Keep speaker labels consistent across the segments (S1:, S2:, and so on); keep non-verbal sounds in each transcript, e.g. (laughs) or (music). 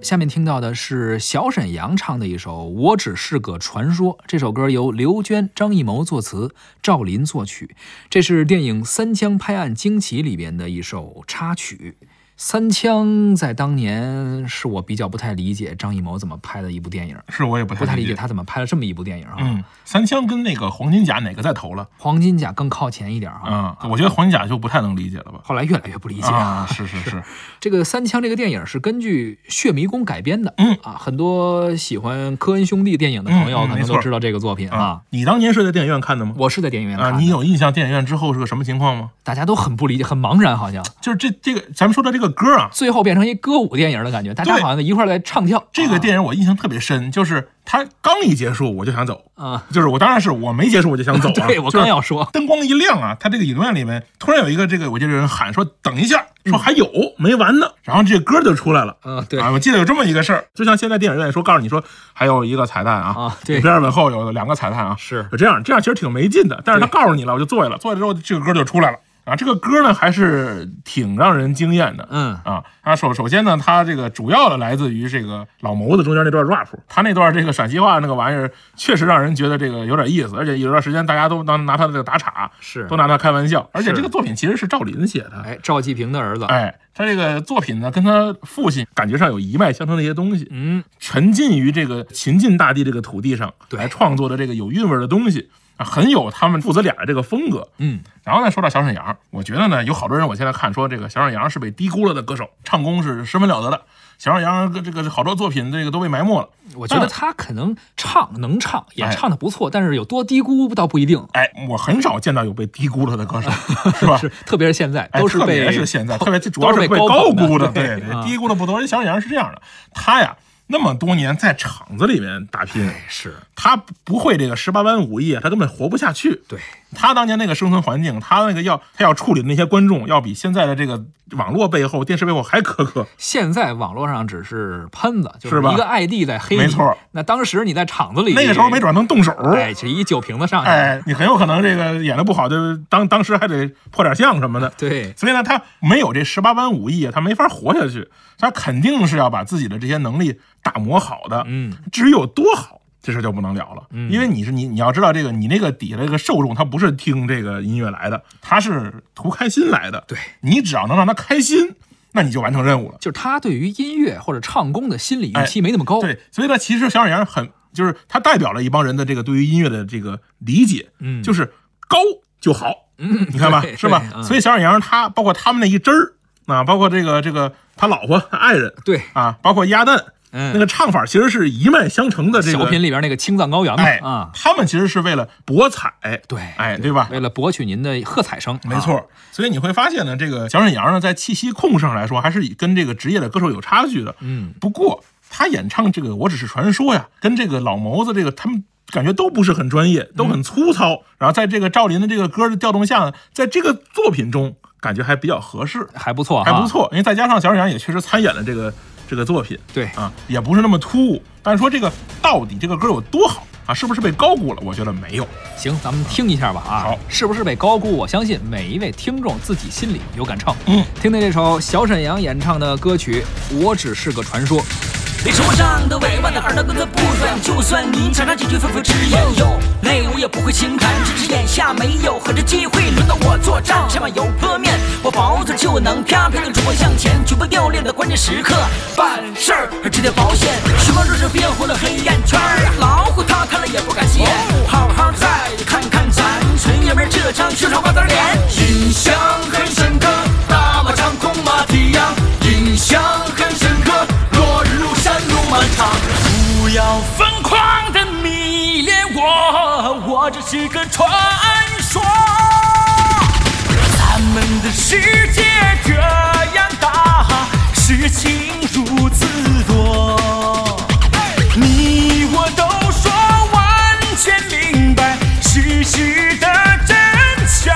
S1: 下面听到的是小沈阳唱的一首《我只是个传说》。这首歌由刘娟、张艺谋作词，赵琳作曲。这是电影《三枪拍案惊奇》里边的一首插曲。《三枪》在当年是我比较不太理解张艺谋怎么拍的一部电影，
S2: 是我也不
S1: 不太
S2: 理
S1: 理解。他怎么拍了这么一部电影啊。
S2: 嗯，三枪跟那个黄金甲哪个在头了？
S1: 黄金甲更靠前一点啊。
S2: 嗯，我觉得黄金甲就不太能理解了吧？
S1: 后来越来越不理解
S2: 啊，是是是，
S1: 这个《三枪》这个电影是根据《血迷宫》改编的，
S2: 嗯
S1: 啊，很多喜欢科恩兄弟电影的朋友
S2: 嗯嗯
S1: 可
S2: 没
S1: 能
S2: 错
S1: 都知道这个作品啊
S2: 啊。，你当年是在电影院看的吗？
S1: 我是在电影院看
S2: 啊，
S1: 的，
S2: 你有印象电影院之后是个什么情况吗？
S1: 大家都很不理解，很茫然，好像
S2: 就是这这个，咱们说的这个歌啊，
S1: 最后变成一歌舞电影的感觉，大家
S2: 对
S1: 好像一块儿在唱跳。啊
S2: 这个电影我印象特别深，就是它刚一结束我就想走，
S1: 啊，
S2: 就是我当然是我没结束我 (laughs) 就想走
S1: (laughs)
S2: 啊，
S1: 对我
S2: 就是
S1: 刚要说，
S2: 灯光一亮啊，他这个影院里面突然有一个这个，我就有人喊说等一下，说还有、没完呢，然后这歌就出来了。
S1: 嗯，对
S2: 啊，我记得有这么一个事儿，就像现在电影院说告诉你说还有一个彩蛋啊，
S1: 啊对
S2: 你边儿往后有两个彩蛋啊，
S1: 是
S2: 就这样，这样其实挺没劲的，但是他
S1: 对
S2: 告诉你了，我就坐下了，坐下之后这个歌就出来了啊，这个歌呢还是挺让人惊艳的，
S1: 嗯
S2: 啊，啊首首先呢，它这个主要的来自于这个老谋子中间那段 rap，他那段这个陕西话那个玩意儿，确实让人觉得这个有点意思，而且有段时间大家都当拿他这个打岔，
S1: 是
S2: 都拿他开玩笑，而且
S1: 是
S2: 这个作品其实是赵琳写的，
S1: 哎，赵季平的儿子，
S2: 哎，他这个作品呢，跟他父亲感觉上有一脉相承的一些东西，
S1: 嗯，
S2: 沉浸于这个秦晋大地这个土地上，
S1: 对
S2: 来创作的这个有韵味儿的东西啊，很有他们父子俩的这个风格。
S1: 嗯，
S2: 然后呢，说到小沈阳，我觉得呢，有好多人我现在看说这个小沈阳是被低估了的歌手，唱功是十分了得的。小沈阳这个好多作品这个都被埋没了。
S1: 我觉得
S2: 嗯
S1: 他可能唱能唱，也
S2: 哎
S1: 唱的不错，但是有多低估倒不一定，
S2: 哎，我很少见到有被低估了的歌手，是吧？
S1: (laughs) 是，特别是现在
S2: 啊哎
S1: 都是
S2: 特
S1: 被
S2: 别是现在，特别这主
S1: 都
S2: 要
S1: 是
S2: 被
S1: 被
S2: 高
S1: 捧
S2: 估
S1: 的，
S2: 对，嗯
S1: 啊
S2: 对低估的不多。人小沈阳是这样的，他呀那么多年在厂子里面打拼，
S1: 是
S2: 他不会这个十八般武艺啊，他根本活不下去。
S1: 对，
S2: 他当年那个生存环境，他那个要他要处理的那些观众，要比现在的这个网络背后、电视背后还苛刻。
S1: 现在网络上只是喷子，就是
S2: 吧
S1: 一个 ID 在黑你。
S2: 没错。
S1: 那当时你在厂子里，
S2: 那个时候没准能动手，
S1: 哎，是一酒瓶子上去。
S2: 哎，你很有可能这个演的不好，就当当时还得破点相什么的。
S1: 对，
S2: 所以呢，他没有这十八般武艺啊，他没法活下去。他肯定是要把自己的这些能力打磨好的。
S1: 嗯，
S2: 至于有多好，这事儿就不能聊了。因为你是你，你要知道这个，你那个底下这个受众，他不是听这个音乐来的，他是图开心来的。
S1: 对，
S2: 你只要能让他开心，那你就完成任务了。
S1: 就是他对于音乐或者唱功的心理预期没那么高。
S2: 哎对，所以呢，其实小沈阳很就是他代表了一帮人的这个对于音乐的这个理解，
S1: 嗯
S2: 就是高就好，嗯，你看吧
S1: 对，
S2: 是吧
S1: 对？嗯
S2: 所以小沈阳他包括他们那一支儿啊，包括这个这个他老婆他爱人
S1: 对
S2: 啊，包括鸭蛋，
S1: 嗯
S2: 那个唱法其实是一脉相承的这
S1: 小
S2: 个
S1: 品。里边那个青藏高原嘛，
S2: 哎
S1: 啊，，
S2: 他们其实是为了博彩，
S1: 对
S2: 哎，对吧？
S1: 为了博取您的喝彩声，
S2: 没错
S1: 啊，
S2: 儿，所以你会发现呢，这个小沈阳呢，在气息控制上来说，还是跟这个职业的歌手有差距的。
S1: 嗯，
S2: 不过他演唱这个《我只是传说》呀，跟这个老谋子这个他们。感觉都不是很专业，都很粗糙。然后在这个赵琳的这个歌的调动下呢，在这个作品中，感觉还比较合适，
S1: 啊还不错，
S2: 还不。错。因为再加上小沈阳也确实参演了这个这个作品，
S1: 对，
S2: 啊，也不是那么突兀。但是说这个到底这个歌有多好啊，是不是被高估了？我觉得没有。
S1: 行，咱们听一下吧啊，
S2: 好
S1: 是不是被高估？我相信每一位听众自己心里有杆秤。
S2: 嗯，
S1: 听听这首小沈阳演唱的歌曲《我只是个传说》。
S3: 你手上的尾巴的耳朵根子不软，就算您想让几句肺腑之言，有泪我也不会轻弹，只是眼下没有合适机会，轮到我作战，上面有坡面，我保准就能啪啪的冲锋向前，绝不掉链的关键时刻，办事儿还值得保险，什么若是变红了黑眼圈儿，啊老虎他看了也不敢闲，好好再看看咱纯爷们儿这张宣传瓜子脸，印象很深刻，大马长空马蹄扬，印象很深刻。落日如山路漫长，不要疯狂的迷恋我，我只是个传说。咱们的世界这样大，事情如此多，你我都说完全明白事实的真相。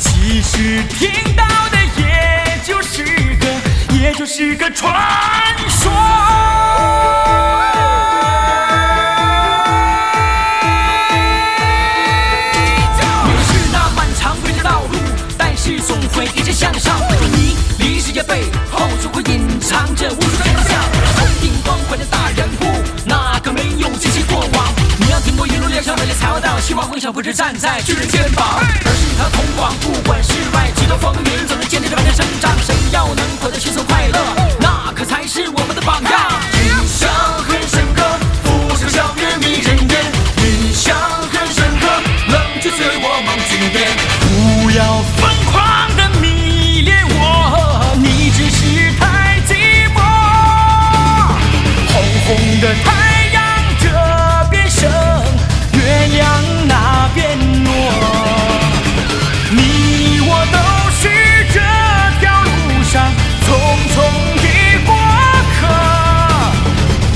S3: 其实听到的也就是个，也就是个传说。你是那漫长未知道路，但是总会一直向上。你离世界背后，就会隐藏着无数真相。想不是站在巨人肩膀，而是与他同往。不管世外几多风云，总能坚定着万家生长。谁要能活得轻松快乐，那可才是我们的榜样。
S4: 印象很深刻，浮生笑面迷人眼，印象很深刻，冷却随我梦境变。
S3: 不要疯狂的迷恋我，你只是太寂寞。红红的太阳这边升，月亮那边落。你我都是这条路上匆匆的过客。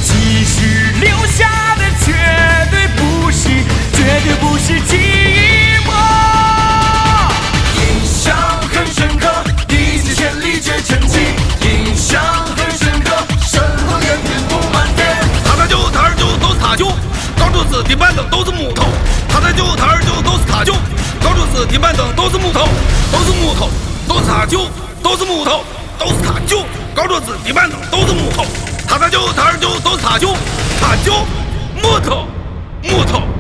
S3: 其实留下的绝对不是，绝对不是寂寞。
S4: 印象很深刻，一切千里皆前进。印象很深刻，生活远远布满天。
S5: 塔塔啾，塔儿啾，都是塔啾，高柱子、底板等都是木头。塔塔啾，塔儿啾，都是塔啾，高柱子、底板等都是木头，都是木头，都是塔啾，都是木头，都是塔啾，高柱子、底板等都是木头。塔塔啾，塔儿啾，都是塔啾，塔啾，木头，木头。